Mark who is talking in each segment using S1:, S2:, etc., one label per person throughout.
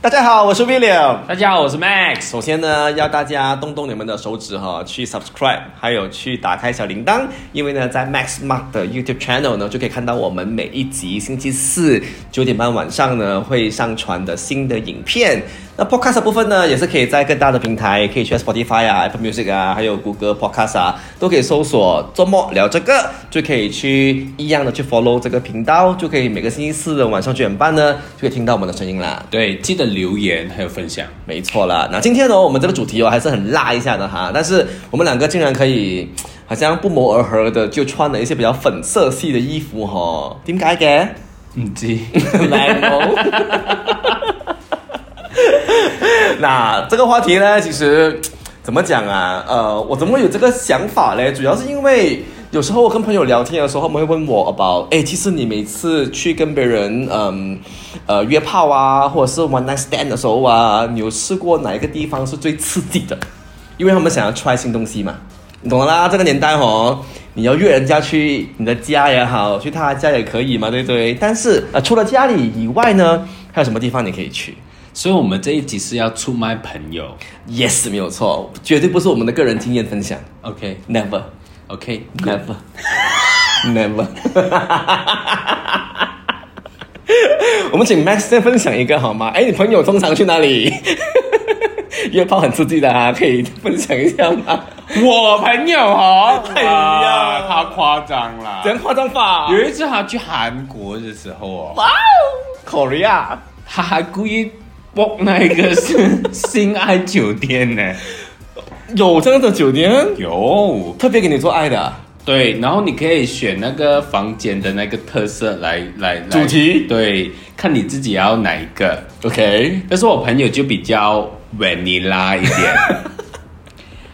S1: 大家好，我是 William。
S2: 大家好，我是 Max。
S1: 首先呢，要大家动动你们的手指哈，去 subscribe，还有去打开小铃铛，因为呢，在 Max Mark 的 YouTube channel 呢，就可以看到我们每一集星期四九点半晚上呢会上传的新的影片。那 podcast 的部分呢，也是可以在更大的平台，可以去 Spotify 啊、Apple Music 啊，还有谷歌 Podcast 啊，都可以搜索“周末聊这个”，就可以去一样的去 follow 这个频道，就可以每个星期四的晚上九点半呢，就可以听到我们的声音啦。
S2: 对，记得留言还有分享。
S1: 没错啦，那今天呢，我们这个主题哦还是很辣一下的哈，但是我们两个竟然可以，好像不谋而合的就穿了一些比较粉色系的衣服哈、哦，点解嘅？
S2: 唔知
S1: 靓模。 那这个话题呢，其实怎么讲啊？呃，我怎么会有这个想法嘞？主要是因为有时候我跟朋友聊天的时候，他们会问我 about，哎，其实你每次去跟别人，嗯，呃，约炮啊，或者是 one night stand 的时候啊，你有试过哪一个地方是最刺激的？因为他们想要 try 新东西嘛，你懂啦？这个年代哦，你要约人家去你的家也好，去他家也可以嘛，对不对？但是呃，除了家里以外呢，还有什么地方你可以去
S2: 所以我们这一集是要出卖朋友。
S1: ？Yes，没有错，绝对不是我们的个人经验分享
S2: OK
S1: ，never。
S2: OK，
S1: Never. Never. 我们请 Max 先分享一个好吗？哎，你朋友通常去哪里？ 约炮很刺激的啊，可以分享一下吗？
S2: 我朋友哦，
S1: 哎呀
S2: 哇他夸张啦
S1: 怎。样夸张法
S2: 有一次他去韩国的时候哦，
S1: ？Korea，
S2: 他还故意 book 那个 是性爱酒店呢。
S1: 有这样的酒店，
S2: 有
S1: 特别给你做爱的啊、
S2: 对，然后你可以选那个房间的那个特色来来来
S1: 主题
S2: 对，看你自己要哪一个。
S1: OK，
S2: 但是我朋友就比较 vanilla 一 点。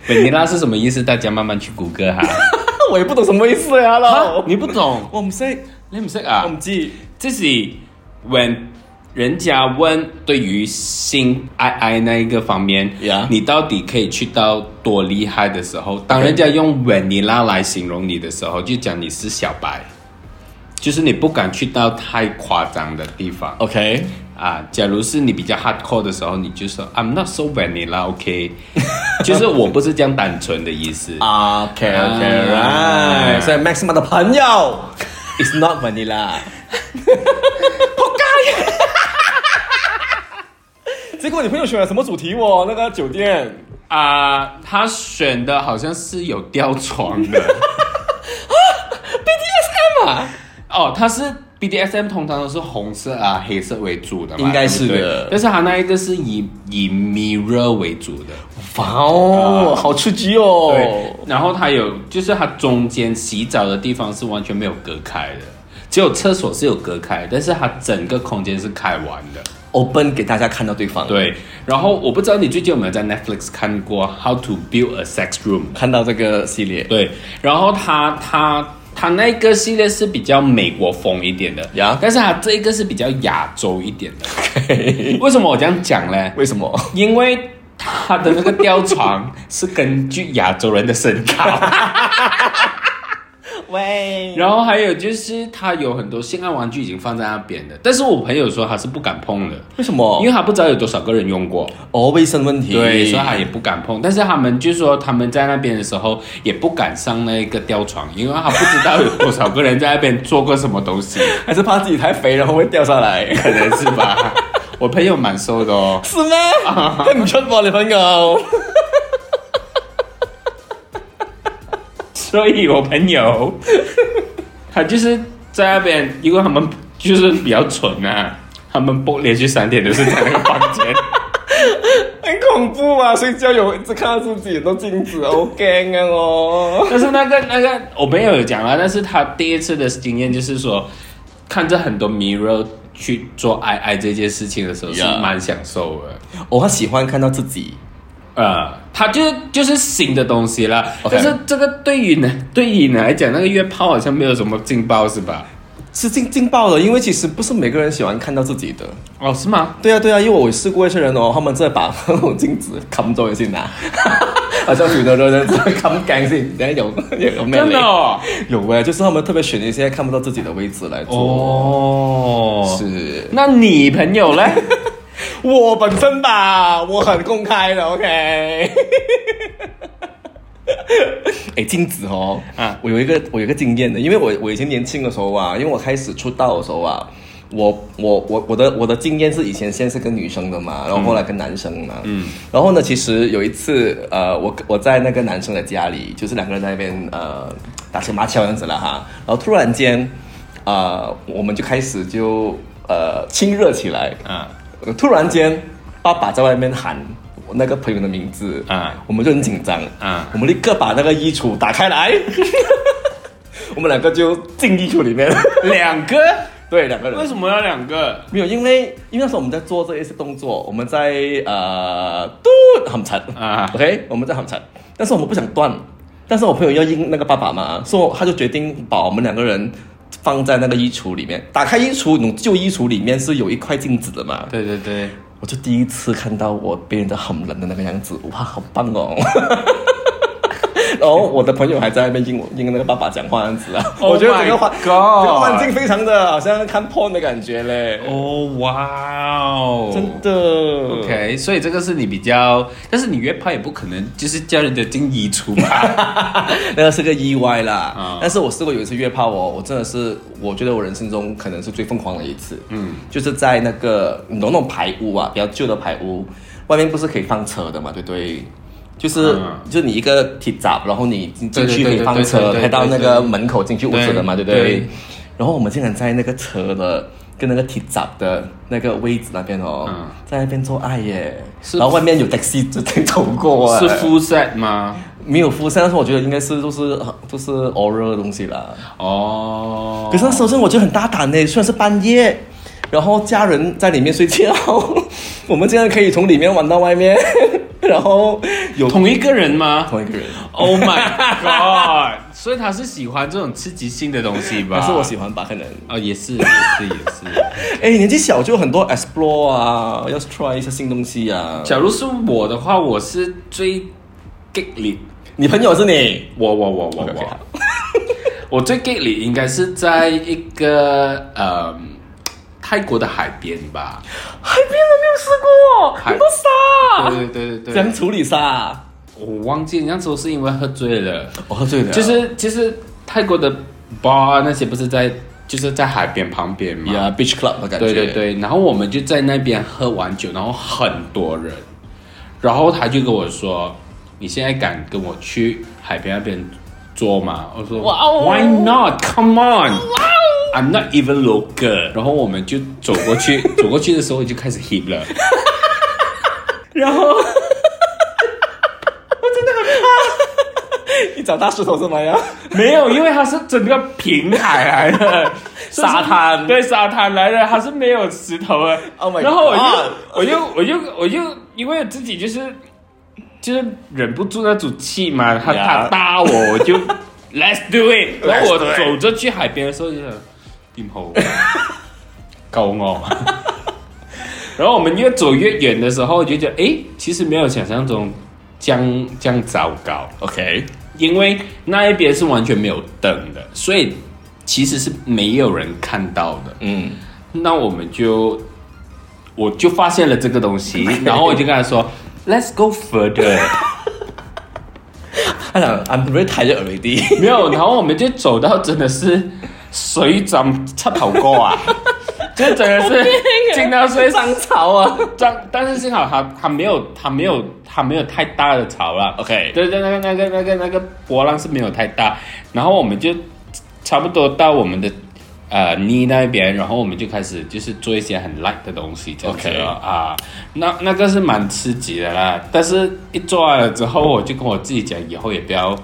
S2: vanilla 是什么意思？大家慢慢去谷歌哈。
S1: 我也不懂什么意思呀、
S2: 啊
S1: 咯。
S2: 你不懂，
S1: 我唔识，
S2: 你唔识
S1: 我唔
S2: 啊？
S1: 知。
S2: 这是 when 人家问对于性爱爱那一个方面
S1: Yeah
S2: 你到底可以去到多厉害的时候，当人家用 vanilla 来形容你的时候，就讲你是小白，就是你不敢去到太夸张的地方。
S1: OK，
S2: 啊，假如是你比较 hardcore 的时候，你就说 I'm not so vanilla，OK，、就是 我不是这样单纯的意思。
S1: 啊 OK OK
S2: Ah.
S1: right，所以 Maxima 的朋友 is not vanilla，结果你朋友选了什么主题哦？那个酒店
S2: 啊，他选的好像是有吊床 的
S1: 啊 BDSM 啊？
S2: 哦，他是 BDSM 通常都是红色啊、黑色为主的嘛，
S1: 应该是的
S2: 对不对但是他那一个是以以 mirror 为主的，
S1: 哇哦，好刺激哦！
S2: 对，然后它有，就是它中间洗澡的地方是完全没有隔开的，只有厕所是有隔开，但是它整个空间是开完的。
S1: ，open 给大家看到对方，，
S2: 对，然后我不知道你最近有没有在 Netflix 看过《How to Build a Sex Room》？
S1: 看到这个系列
S2: 对，然后它它它那个系列是比较美国风一点的
S1: 呀
S2: 但是它这一个是比较亚洲一点的。为什么我这样讲呢？
S1: 为什么？
S2: 因为它的那个吊床是根据亚洲人的身高，
S1: 喂，
S2: 然后还有就是它有很多性爱玩具已经放在那边的，但是我朋友说他是不敢碰的，
S1: 为什么？
S2: 因
S1: 为
S2: 为他不知道有多少个人用过。
S1: 哦，卫生问题，
S2: 哦对，所以他也不敢碰。但是他们就说他们在那边的时候也不敢上那个吊床，因为他不知道有多少个人在那边做过什么东西，
S1: 还是怕自己太肥，然后会掉下来。
S2: 可能是吧。我朋友蛮瘦的哦，
S1: 是 咩？睇唔出喎，你朋友。
S2: 所以我朋友 他就是在那边，因为他们就是比较蠢啊，他们不连续三天都是在那个房间。
S1: 很恐怖啊！睡觉有一直看到自己都镜子，好惊啊我。
S2: 但是那个那个我朋友有讲啊，但是他第一次的经验就是说，看着很多 mirror 去做爱爱这件事情的时候是
S1: Yeah
S2: 蛮享受的。
S1: 我很喜欢看到自己，
S2: 呃，它就就是新的东西啦。
S1: OK
S2: 但是这个对于呢，对于你来讲，那个约炮好像没有什么劲爆是吧？
S1: 是劲劲爆的，因为其实不是每个人喜欢看到自己的。
S2: 哦，是吗？
S1: 对啊对啊，因为我试过一些人哦，他们真的把那种镜子冚咗佢先啊，好像有的人真的冚鏡先，等下有有魅
S2: 真
S1: 力
S2: 的。 哦。
S1: 有哎、就是他们特别选一些看不到自己的位置来做。
S2: 哦，
S1: 是，
S2: 那你朋友呢？
S1: 我本身吧，我很公开的，OK。哎，镜子哦，
S2: 啊
S1: 我有一个我有一个经验的，因为我我以前年轻的时候啊，因为我开始出道的时候啊，我我我我的我的经验是以前先是跟女生的嘛，然后后来跟男生嘛，嗯，然后呢，其实有一次呃，我我在那个男生的家里，就是两个人在那边呃打情骂俏这样子了哈，然后突然间啊、呃我们就开始就呃亲热起来，
S2: 啊
S1: 呃突然间爸爸在外面喊我那个朋友的名字
S2: 啊
S1: 我们就很紧张
S2: 啊
S1: 我们立刻把那个衣橱打开来， 我们两个就进衣橱里面。
S2: 两个？
S1: 对，两个人
S2: 为什么要两个？
S1: 没有，因为因为那时候我们在做这一些动作，我们在呃嘟喊惨
S2: 啊
S1: ，OK，我们在喊惨，但是我们不想断，但是我朋友要应那个爸爸嘛，所以他就决定把我们两个人放在那个衣橱里面，打开衣橱，你旧衣橱里面是有一块镜子的嘛，
S2: 对对对，
S1: 我就第一次看到我被人家很冷的那个样子，哇，好棒哦！ 然后我的朋友还在那边应我应那个爸爸讲话样子啊
S2: Oh
S1: 我觉得整个
S2: my
S1: 环
S2: God
S1: 整个环境非常的好像看 porn 的感觉嘞，
S2: 哦哇哦，
S1: 真的。
S2: OK，所以这个是你比较，但是你约炮也不可能就是叫人家进衣橱 吧？
S1: 那个是个意外啦。
S2: 啊
S1: 但是我试过有一次约炮哦，我真的是，我觉得我人生中可能是最疯狂的一次。嗯，就是在那个你懂那种排屋啊，比较旧的排屋，外面不是可以放车的嘛，对不对？就是、
S2: 嗯
S1: 就是你一个铁闸，然后你进进去可
S2: 对对对
S1: 以放
S2: 对对
S1: 车，
S2: 对
S1: 开到那
S2: 对
S1: 个
S2: 对
S1: 门口进去屋子的嘛，对
S2: 对
S1: 不对
S2: 对？
S1: 然后我们竟然在那个车的跟那个铁闸的那个位置那边哦，
S2: 嗯
S1: 在那边做爱耶，
S2: 是
S1: 然后外面有 taxi 直接走过啊，
S2: 是 full set 吗？
S1: 没有肤色，但是我觉得应该是就是就是 oral 的东西啦。
S2: 哦，
S1: 可是那时候真的我觉得很大胆呢，虽然是半夜，然后家人在里面睡觉， 我们竟然可以从里面玩到外面， 然后有
S2: 同一个人吗
S1: 同一个人，
S2: ？Oh my god！所以 他是喜欢这种刺激性的东西吧？
S1: 但是我喜欢吧，可能。
S2: 哦，也是也是也是。
S1: 哎，年纪小就很多 explore 啊，要 try 一些新东西啊。
S2: 假如是我的话，我是最激烈，
S1: 你朋友是你
S2: 我我我我
S1: OK，OK，好
S2: 我， 我最激烈应该是在一个呃泰国的海边吧。
S1: 海边都没有试过，
S2: 海
S1: 你多傻！
S2: 对对对
S1: 怎
S2: 对对，
S1: 样处理噻？
S2: 我忘记那时候是因为喝醉了，
S1: 我喝醉了，
S2: 就是就是泰国的 bar 那些不是在就是在海边旁边嘛。
S1: 呀啊 beach club 的感觉。
S2: 对对对，然后我们就在那边喝完酒，然后很多人，然后他就跟我说：“你现在敢跟我去海边那边坐吗？”我说、
S1: 哇哦
S2: w h y not? Come on! I'm not even local。”然后我们就走过去，走过去的时候就开始 hip 了。
S1: 然 后，我真的很怕。你找大石头是吗呀？
S2: 没有，因为它是整个平海来 的
S1: 沙滩
S2: 对沙滩来的，它是没有石头的。
S1: Oh my
S2: 然后我就
S1: God
S2: 我就我就我就因为自己就是就是忍不住那股气嘛，他
S1: Yeah
S2: 他搭我，我就 Let's do it。然 后
S1: Let's do
S2: 我
S1: it
S2: 走着去海边的时候就想，点好， 够我。 然后我们越走越远的时候，就觉得诶，其实没有想象中这样这样糟糕。
S1: OK，
S2: 因为那一边是完全没有灯的，所以其实是没有人看到的。
S1: 嗯，
S2: 那我们就我就发现了这个东 西，然后我就跟他说，Let's go further。
S1: 他讲 I'm very tired already。
S2: 没有，然后我们就走到真的是水涨差跑过啊，就真的是进到水
S1: 上潮啊
S2: 涨， 但是幸好他他没有他没有他没有太大的潮了。
S1: ！OK，
S2: 对对，那个那个那个那个波浪是没有太大，然后我们就差不多到我们的呃妮那边，然后我们就开始就是做一些很 light 的东西，这样子
S1: OK
S2: 咯啊，那那个是蛮刺激的啦，但是一做完了之后，我就跟我自己讲，以后也不要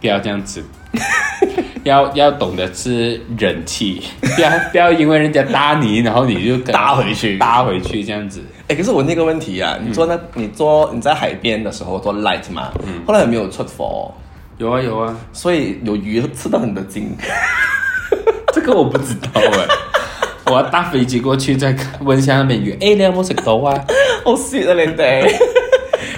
S2: 不要这样子。 要要懂得是忍气，不要不要因为人家搭你，然后你就跟
S1: 搭回去
S2: 搭回去这样子。
S1: 哎，可是我那个问题啊，你做那，你做你在海边的时候做 light 嘛，
S2: 嗯
S1: 后来有没有出佛？
S2: 有啊有啊，
S1: 所以有鱼吃到你的 筋。
S2: 这个我不知道 哎、我要搭飞机过去再看问一下那边鱼，哎、你有没有食到啊？
S1: 好 sweet 啊，你哋。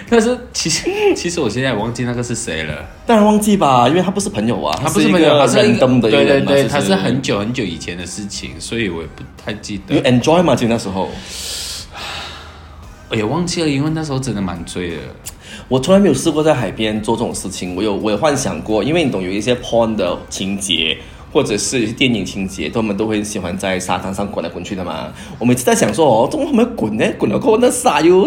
S2: 但是其实其实我现在也忘记那个是谁了，
S1: 当然忘记吧，因为他不是朋友啊，
S2: 他不
S1: 是
S2: 是没有，
S1: 个
S2: 他是一个
S1: random 的一个
S2: 对对
S1: 人嘛其
S2: 对，
S1: 实
S2: 他是很久很久以前的事情，所以我也不太记
S1: you
S2: 得。
S1: enjoy 嘛，就那时候。
S2: 也哎忘记了，因为那时候真的蛮醉的。
S1: 我从来没有试过在海边做这种事情，我有我有幻想过，因为你懂有一些 porn 的情节。或者是电影情节，他们都会喜欢在沙滩上滚来滚去的嘛。我每次在想说，哦，怎么他们滚呢？滚了过后那沙又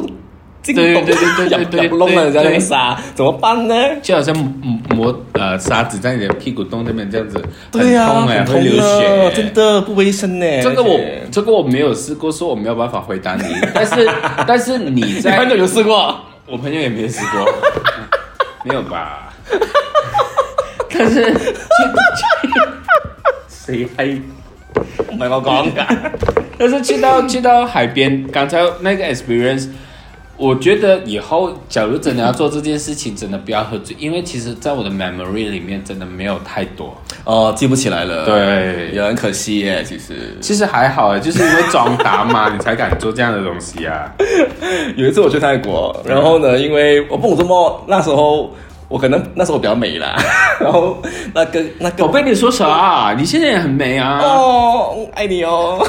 S1: 进洞，
S2: 对对对对对对
S1: 不弄了人家那
S2: 对
S1: 个沙，啊怎么办呢？
S2: 就好像磨磨呃沙子在你的屁股洞那边这样子，
S1: 对呀、
S2: 很痛
S1: 很
S2: 哎、会
S1: 痛
S2: 流
S1: 的
S2: 血，
S1: 真。的不卫生呢。
S2: 这个我
S1: 而且
S2: 这个我没有试过，所以我没有办法回 答你。但是但是你
S1: 你
S2: 在
S1: 朋友有试过？
S2: 我朋友也没试 过，没有吧？但是谁还？
S1: 唔係我講㗎，
S2: 但是去到去到海边，刚才那个 experience，我觉得以后假如真的要做这件事情，真的不要喝醉，因为其实在我的 memory 里面真的没有太多。
S1: 哦，記不起來了，，
S2: 对，
S1: 有很可惜耶，其实。
S2: 其实还好哎，就是因为装达 嘛，你才敢做这样的东西啊。
S1: 有一次我去泰国，
S2: 嗯
S1: 然后呢，因为我不懂这么那时候我可能那时候我比较美啦， 然后那个那个
S2: 我被你说啥、你现在也很美啊。
S1: 哦，爱你哦。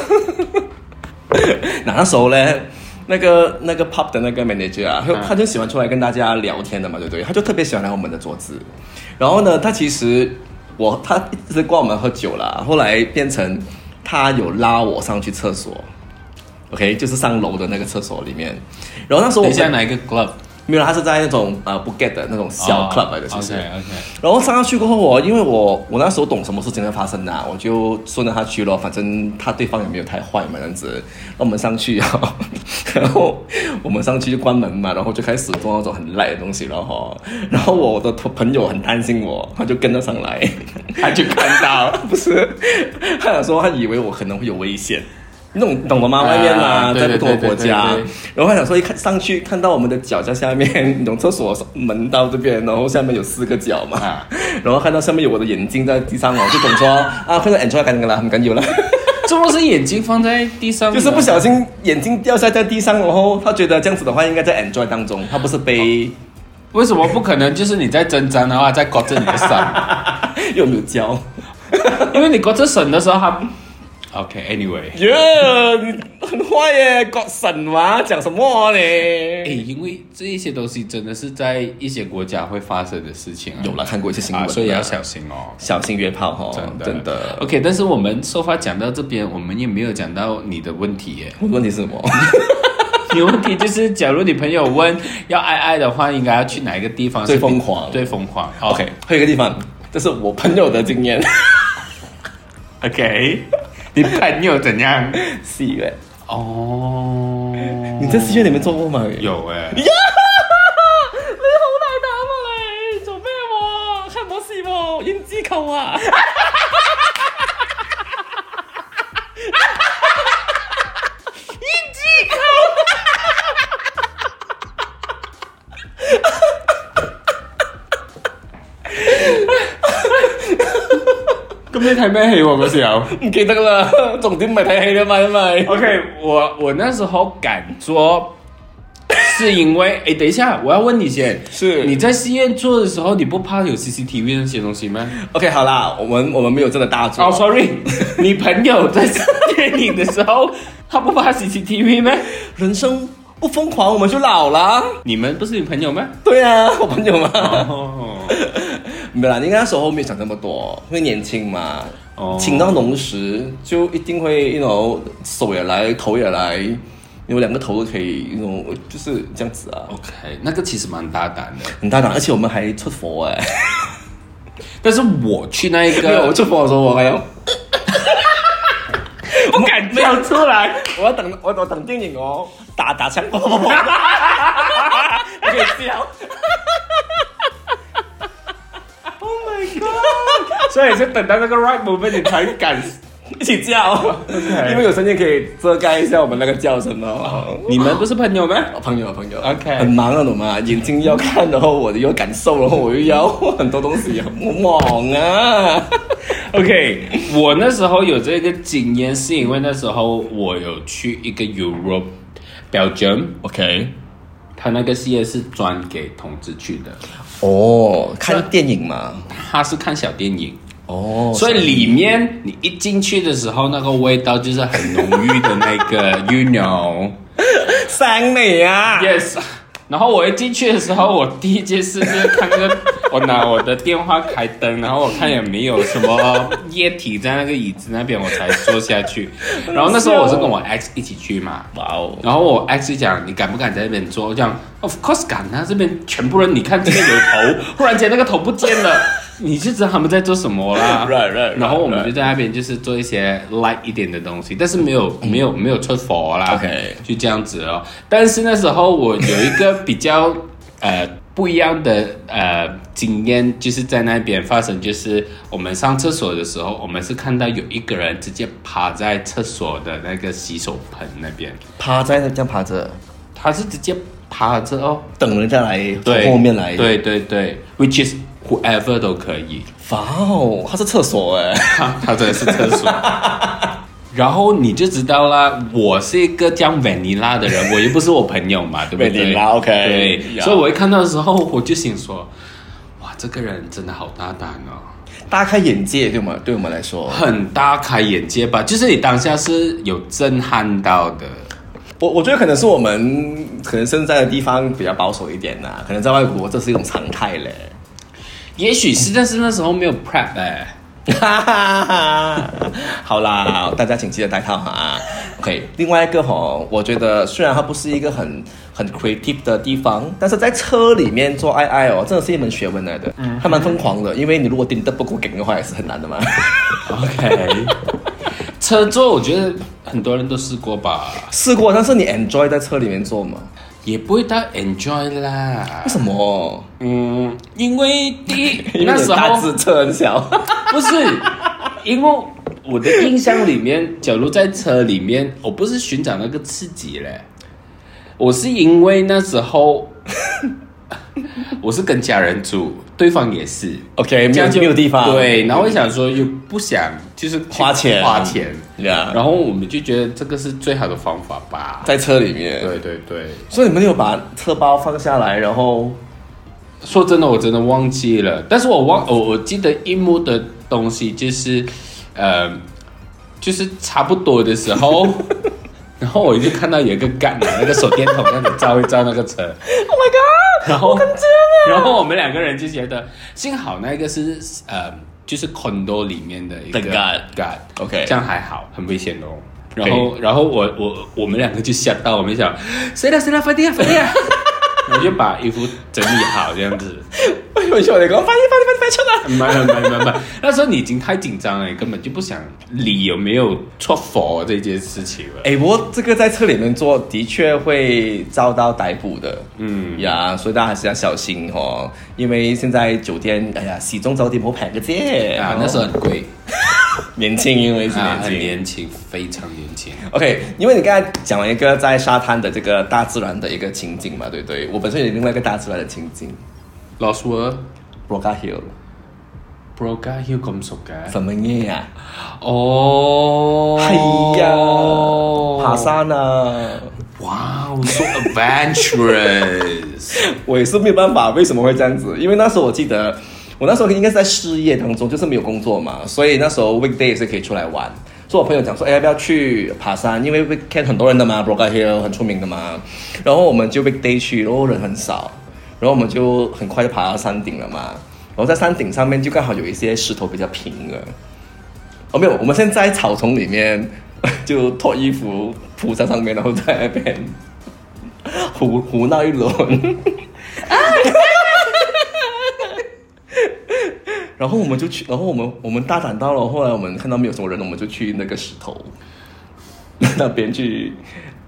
S1: 那那时候呢，那个那个 pub 的那个 manager 啊，他
S2: 嗯
S1: 他就喜欢出来跟大家聊天的嘛，对不对？他就特别喜欢来我们的桌子。然后呢，他其实我他一直灌我们喝酒啦，后来变成他有拉我上去厕所。OK，就是上楼的那个厕所里面，然后那时候我
S2: 等一
S1: 们
S2: 下哪一个 club？
S1: 没有，他是在那种呃不 get 的那种小 club 来的，其实。
S2: 哦 OK OK。
S1: 然后上上去过后哦，我因为我我那时候懂什么事情会发生呐、我就顺着他去咯，反正他对方也没有太坏嘛，这样子。那我们上去啊，然后我们上去就关门嘛，然后就开始做那种很赖的东西了哈。 然后我的朋友很担心我，他就跟着上来，他就看到不是，他想说他以为我可能会有危险。那种你懂了吗？
S2: 啊
S1: 外面啦，在
S2: 对
S1: 不同的
S2: 对对
S1: 国家
S2: 对对对，
S1: 然后他想说一看上去看到我们的脚在下面， 你懂厕所门到这边，然后下面有四个脚嘛，
S2: 啊，
S1: 然后看到上面有我的眼睛在地上哦，就懂说啊，快点 enjoy 赶紧啦，很紧要啦，
S2: 这不是眼睛放在地上 的，
S1: 就是不小心眼睛掉下在地上，然后他觉得这样子的话应该在 enjoy 当中，他不是被
S2: 为什么不可能？就是你在挣扎的话，在搞着你的伞，
S1: 又没有教，
S2: 因为你搞着伞的时候，它 OK，Anyway，、
S1: 耶、你很坏耶，搞神嘛，讲什么呢？啊哎
S2: 诶，哎因为这一些东西真的是在一些国家会发生的事情啊，
S1: 有了看过一些新闻
S2: 啊，
S1: 的，
S2: 所以要小心哦。
S1: 小心约炮哦，
S2: 真的，
S1: 真的。
S2: OK，但是我们说法讲到这边，我们也没有讲到你的问题耶。
S1: 我的问题是什么？
S2: 你问题就是，假如你朋友问要爱爱的话，应该要去哪一个地方是
S1: 最
S2: 比
S1: 疯狂
S2: 最疯狂。
S1: OK，还 有一个地方，这是我朋友的经验，
S2: OK，你朋友怎样？
S1: 四月，
S2: 哦，
S1: 你在四月里面做过吗？
S2: 有哎、
S1: 你好大膽啊！你做咩喎？看冇事喎，胭脂扣啊！
S2: 咁你睇咩戲喎嗰時候
S1: 唔記得啦， 重點唔係睇戲啦嘛，因為
S2: ？OK，我我那時候敢說，是因為 哎，等一下，我要問你先，
S1: 是
S2: 你在戏院做的時候，你不怕有 CCTV 那些東西嗎？
S1: OK 好啦，我們我們沒有真的大做。
S2: 哦、s o r r y 你朋友在电影的时候，他不怕 CCTV 咩？
S1: 人生不瘋狂我們就老啦。
S2: 你們不是你朋友咩？
S1: 對啊， 我朋友嘛，
S2: 哦，
S1: 沒有啦，應該那時候沒有想那麼多，因為年輕嘛，
S2: 哦
S1: 情到濃時就一定會，you know，手也來，頭也來，有兩個頭都可以，you know，就是這樣子啊，
S2: OK，那個其實蠻大膽的，
S1: 很大膽，而且我們還出佛哎、
S2: 但是我去那一
S1: 沒有，
S2: 個
S1: 我，出佛的時候我還要。
S2: 不敢叫出來。
S1: 我要等我我等电影哦，打打 枪，砰砰砰砰你可以笑。
S2: Oh my god！所以是等到那个 right moment 你才敢。
S1: 一起叫因为有声音可以遮盖一下我们那个叫声哦。
S2: 你们不是朋友吗？
S1: 朋友朋友
S2: OK
S1: 很忙啊那懂吗？眼睛要看，然后我又要感受，然后我又要 很多东西，我忙啊。
S2: OK，我那时候有这个经验，是因为那时候我有去一个 Europe Belgium，
S1: OK，
S2: 他那个系列是专给同志去的，
S1: 哦，看电影嘛，
S2: 他是看小电影，
S1: 哦，
S2: 所以里面你 一进去的时候，那个味道就是很浓郁的那个，you know，
S1: 伤你啊！
S2: Yes。然后我一进去的时候，我第一件事就是看那个， 我拿我的电话开灯，然后我看有没有什么 液体在那个椅子那边，我才坐下去。然后那时候我是跟我 ex 一起去嘛，
S1: 哇哦，
S2: 然后我 ex 就讲你敢不敢在那边坐？我讲 Of course 敢啊，这边全部人，你看这边有 头，忽然间那个头不见了，你就知道他们在做什么啦。
S1: Right, right, right,
S2: 然后我们
S1: right.
S2: 就在那边就是做一些 light 一点的东西，但是没有没有没有出佛啦
S1: 嗯 OK
S2: 就这样子哦。但是那时候我有一个比较 呃不一样的呃经验，就是在那边发生，就是我们上厕所的时候，我们是看到有一个人直接趴在厕所的那个洗手盆那边。
S1: 趴在那这样趴着，
S2: 他是直接趴着哦，
S1: 等人家来
S2: 对，
S1: 从后面来。，
S2: 对对对，which is whoever 都可 以，
S1: 哇哦，他是厕所哎，
S2: 他他真的是厕 所。然后你就知道啦，我是一个叫 Vanilla 的人，我又不是我朋友嘛，对不对
S1: Vanilla，OK，
S2: 对
S1: yeah
S2: 所以我一看到的时候，我就心说，哇，这个人真的好大胆哦。
S1: 大开眼界，对我们对我们来说，
S2: 很大开眼界吧，就是你当下是有震撼到的，
S1: 我我觉得可能是我们可能身在的地方比较保守一点呐、啊可能在外国这是一种常态嘞。
S2: 也许是，但是那时候没有 prep 哎、
S1: 哈哈哈！好啦，大家请记得带套哈啊。OK，另外一个吼，我觉得虽然它不是一个很很 creative 的地方，但是在车里面做爱爱哦，真的是一门学问来的，还蛮疯狂的。因为你如果顶得不够紧的话，也是很难的嘛。
S2: OK，车座我觉得很多人都试过吧，
S1: 试过，但是你 enjoy 在车里面做吗？
S2: 也不会到 enjoy 啦
S1: 为。什么？
S2: 嗯，因为第 一
S1: 因为
S2: 那
S1: 你
S2: 时
S1: 的大
S2: 候
S1: 字车很小。
S2: 不是，因为我的印象里面，假如在车里面，我不是寻找那个刺激嘞，我是因为那时候 我是跟家人住，对方也是。
S1: OK，没
S2: 这
S1: 有
S2: 样就
S1: 没有地方。
S2: 对，然后我想说又不想，就是去
S1: 花钱
S2: 花钱，
S1: 呀
S2: 然后我们就觉得这个是最好的方法吧。
S1: 在车里面。
S2: 对对对，
S1: 所以你们有把车包放下来，然后
S2: 说真的，我真的忘记了，但是我忘我我记得一幕的东西就是，呃，就是差不多的时 候，然后我就看到有一个干拿那个手电筒让你照一照那个 车
S1: ，Oh my God！
S2: 然后然后我们两个人就觉得幸好那个是呃就是 condo 里面的一个
S1: The guard
S2: guard
S1: OK
S2: 这样还好，很危险哦。然后然后我我我们两个就吓到，我们想谁了谁了，快点啊快点啊！ 我就把衣服整理好这样子。
S1: 我以为你讲，快点快点快点快点出来！
S2: 没有没有没有没有，那时候你已经太紧张了，你根本就不想理有没有错佛这件事情了。
S1: 哎，不过这个在车里面做的确会遭到逮捕的，
S2: 嗯
S1: 呀，所以大家还是要小心哦，因为现在酒店，哎呀，始终酒店冇平嘅啫。
S2: 啊，那时候很贵
S1: 年轻，因为是
S2: 啊，
S1: 年
S2: 很
S1: 轻。
S2: 年轻，非常年轻。
S1: OK，因为你刚才讲了一个在沙滩的这个大自然的一个情景嘛，对不对？我本身有另外一个大自然的情景
S2: Lost World
S1: r o c a Hill，
S2: Broga Hill 咁熟嘅，
S1: 什么嘢呀、
S2: 哦，
S1: 啊？係呀、爬，山啊！
S2: 哇哦，so adventurous，
S1: 我也是没有办法，为什么会这样子？因为那时候我记得，我那时候应该是在失业当中，就是没有工作嘛，所以那时候 weekday 也是可以出来玩。所以我朋友讲说，哎，要不要去爬山？因为 weekend 很多人的嘛 b r o g a Hill 很出名的嘛。然后我们就 weekday 去，然后人很少，然后我们就很快就爬到山顶了嘛。然后在山顶上面就刚好有一些石头比较平了。哦，没有，我们现在在草丛里面就脱衣服铺在上面，然后在那边胡胡闹一轮。然后我们就去，然后我们我们大胆到了，后来我们看到没有什么人，我们就去那个石头那边去，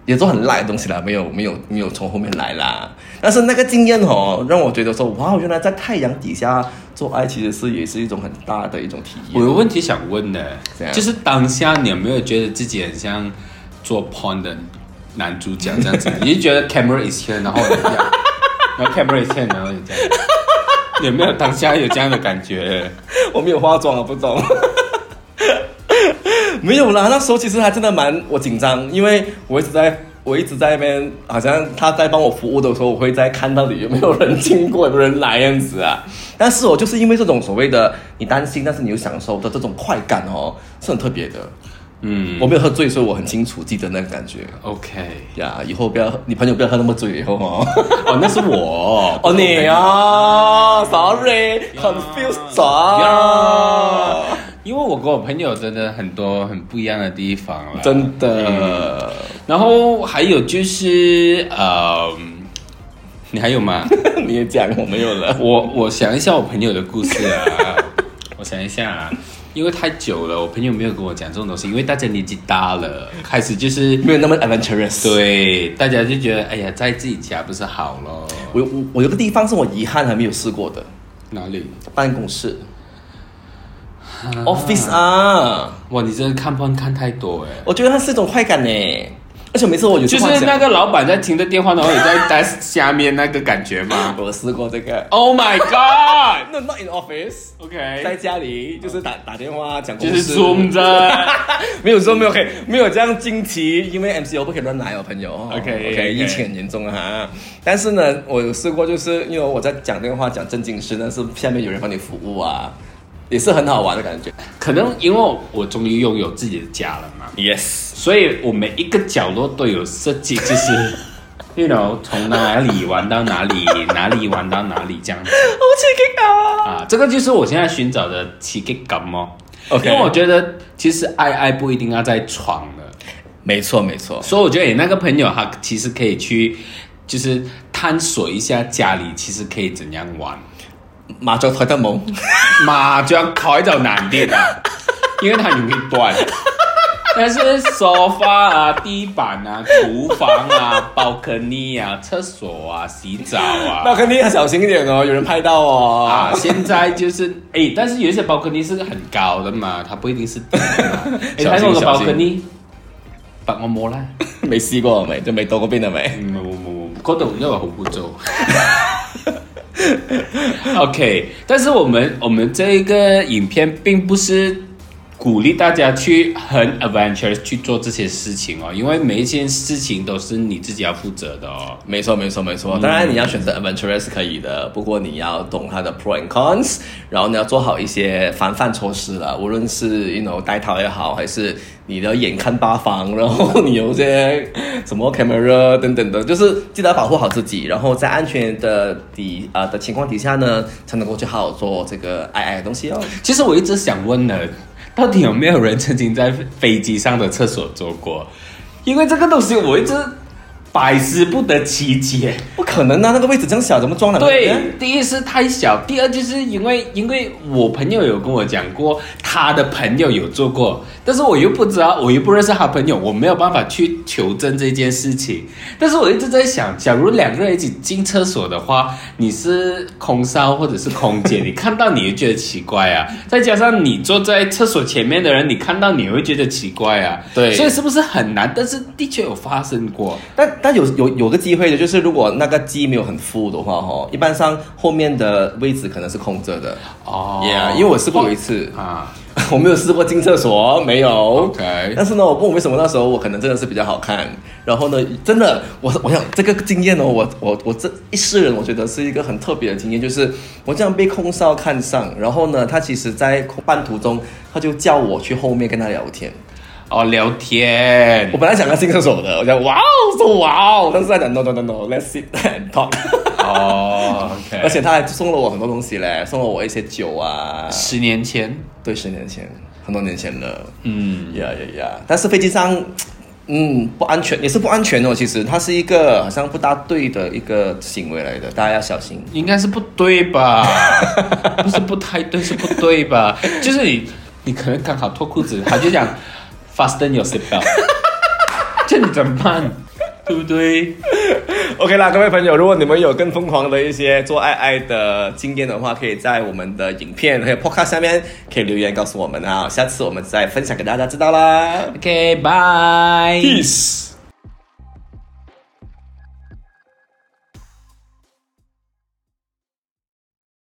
S1: 也做很烂的东西啦，没有没有没有从后面来啦。但是那个经验哦，让我觉得说，哇，原来在太阳底下做爱，其实是也是一种很大的一种体
S2: 我
S1: 验。
S2: 有问题想问的
S1: 怎，样
S2: 就是当下你有没有觉得自己很像做 porn 的男主角这 样子？你就觉得 camera is here，然后你这样， 然后 camera is here，然后你这样，有没有当下有这样的感觉？
S1: 我没有化妆啊，不懂。 没有啦，那时候其实还真的蛮我紧张，因为我一直在我一直在那边，好像他在帮我服务的时候，我会在看到底有没有人经过，有没有人来样子啊。但是我哦就是因为这种所谓的你担心，但是你又享受的这种快感哦，是很特别的。
S2: 嗯
S1: 我没有喝醉，所以我很清楚记得那个感觉。
S2: ，OK，
S1: 呀、以后不要，你朋友不要喝那么醉以后哦。
S2: 哦，那是我，
S1: 哦，你 啊，sorry，confused
S2: 呀
S1: 啊，
S2: 因为我跟我朋友真的很多很不一样的地方了，
S1: 真的，
S2: 然后还有就是，呃，你还有吗？
S1: 你也讲我没有 了。
S2: 我我想一下我朋友的故事啊， 我想一下啊，因为太久了，我朋友没有跟我讲这种东西，因为大家年纪大了，开始就是
S1: 没有那么 adventurous。，
S2: 对大家就觉得，哎呀，在自己家不是好咯？
S1: 我我我有个地方是我遗憾还没有试过的，
S2: 哪里？
S1: 办公室、office 啊，
S2: 哇，你真的看番看太多哎。
S1: 我觉得它是一种快感呢。而且每次我有时
S2: 就是
S1: 幻想
S2: 那个老板在听着电话，然后你在在下面那个感觉 吗
S1: 我试过这个
S2: ？Oh my god！OK，、
S1: ，no not in office，在
S2: OK，
S1: 家里就是打打电话讲公
S2: 哎就
S1: 司，
S2: 是 zoom 着。
S1: 没有说没有可以没有这样惊奇，因为 MCO 不可以乱来哦，朋友。
S2: OK，
S1: OK，
S2: OK
S1: 疫情很严重啊。但是呢，我有试过，就是因为我在讲电话讲正经事，但是下面有人帮你服务啊，也是很好玩的感觉。
S2: 可能因为我终于拥有自己的家了嘛，
S1: Yes，
S2: 所以我每一个角落都有设计，就是，you know，从哪里玩到哪里，哪里玩到哪里这样子
S1: 好刺激啊！
S2: 啊。这个就是我现在寻找的刺激感哦。
S1: OK
S2: 因为我觉得其实爱爱不一定要在床的，
S1: 没错没错，
S2: 所以我觉得你那个朋友他其实可以去，就是探索一下家里其实可以怎样玩。
S1: 麻雀台得冇，
S2: 麻雀台就難啲啦，因為它容易斷。但是 sofa 啊、地板啊、廚房啊、balcony 啊、廁所啊、洗澡
S1: 那
S2: 啊，
S1: 肯定要小心一点哦，有人拍到哦。
S2: 啊，現在就是诶，但是有一些 balcony 是很高的嘛，它不一定是低的嘛。你
S1: 小
S2: 睇
S1: 心
S2: 我個
S1: 小心
S2: balcony，白我冇啦，
S1: 没试过没，就没到嗰邊係咪？
S2: 冇冇冇，嗰度因為好污糟。OK，但是我们我们这一个影片并不是鼓励大家去很 adventurous 去做这些事情哦，因为每一件事情都是你自己要负责的哦。
S1: 没错，没错，没错。当然，你要选择 adventurous 是可以的，不过你要懂它的 pro and cons，然后你要做好一些防范措施了，无论是 you know 戴套也好，还是你的眼看八方，然后你有些什么 camera 等等的，就是记得保护好自己，然后在安全的底啊、的情况底下呢，才能够去好好做这个爱爱的东西哦。
S2: 其实我一直想问的，到底有没有人曾经在飞机上的厕所做过？因为这个东西我一直百思不得其解。
S1: 不可能啊，那个位置这样小，怎么装两个人？
S2: 对，第一是太小，第二就是因为因为我朋友有跟我讲过，他的朋友有做过，但是我又不知道，我又不认识他朋友，我没有办法去求证这件事情。但是我一直在想，假如两个人一起进厕所的话，你是空少或者是空姐，你看到你就觉得奇怪啊，再加上你坐在厕所前面的人，你看到你会觉得奇怪啊，
S1: 对
S2: 所以是不是很难？但是的确有发生过，
S1: 但但有有有个机会的，就是如果那个机没有很 full 的话，哈，一般上后面的位置可能是空着的。
S2: 哦
S1: yeah，因为我试过有一次，
S2: 啊
S1: 我没有试过进厕所，没有。
S2: ，OK。
S1: 但是呢，我不懂为什么那时候我可能真的是比较好看，然后呢，真的，我我想这个经验哦，我我我这一世人，我觉得是一个很特别的经验，就是我这样被空少看上，然后呢，他其实在半途中他就叫我去后面跟他聊天，
S2: 哦，聊天
S1: 我本来想要进厕所的，我想哇哦说哇哦，但是他讲 no no no no，let's sit and talk，
S2: 哦 ，OK，
S1: 而且他还送了我很多东西嘞，送了我一些酒啊，
S2: 十年前，
S1: 对，十年前，很多年前了，
S2: 嗯，
S1: 呀呀呀！但是飞机上，嗯，不安全，也是不安全哦。其实它是一个好像不搭对的一个行为来的，大家要小心。
S2: 应该是不对吧？ 不是不太对，是不对吧？就是你，你可能刚好脱裤子，他就讲 fasten your seatbelt，这你怎么办？对不对？
S1: OK 啦，各位朋友，如果你们有更疯狂的一些做爱爱的经验的话，可以在我们的影片还有 Podcast 下面可以留言告诉我们啊，下次我们再分享给大家知道啦。
S2: OK，bye。
S1: Peace。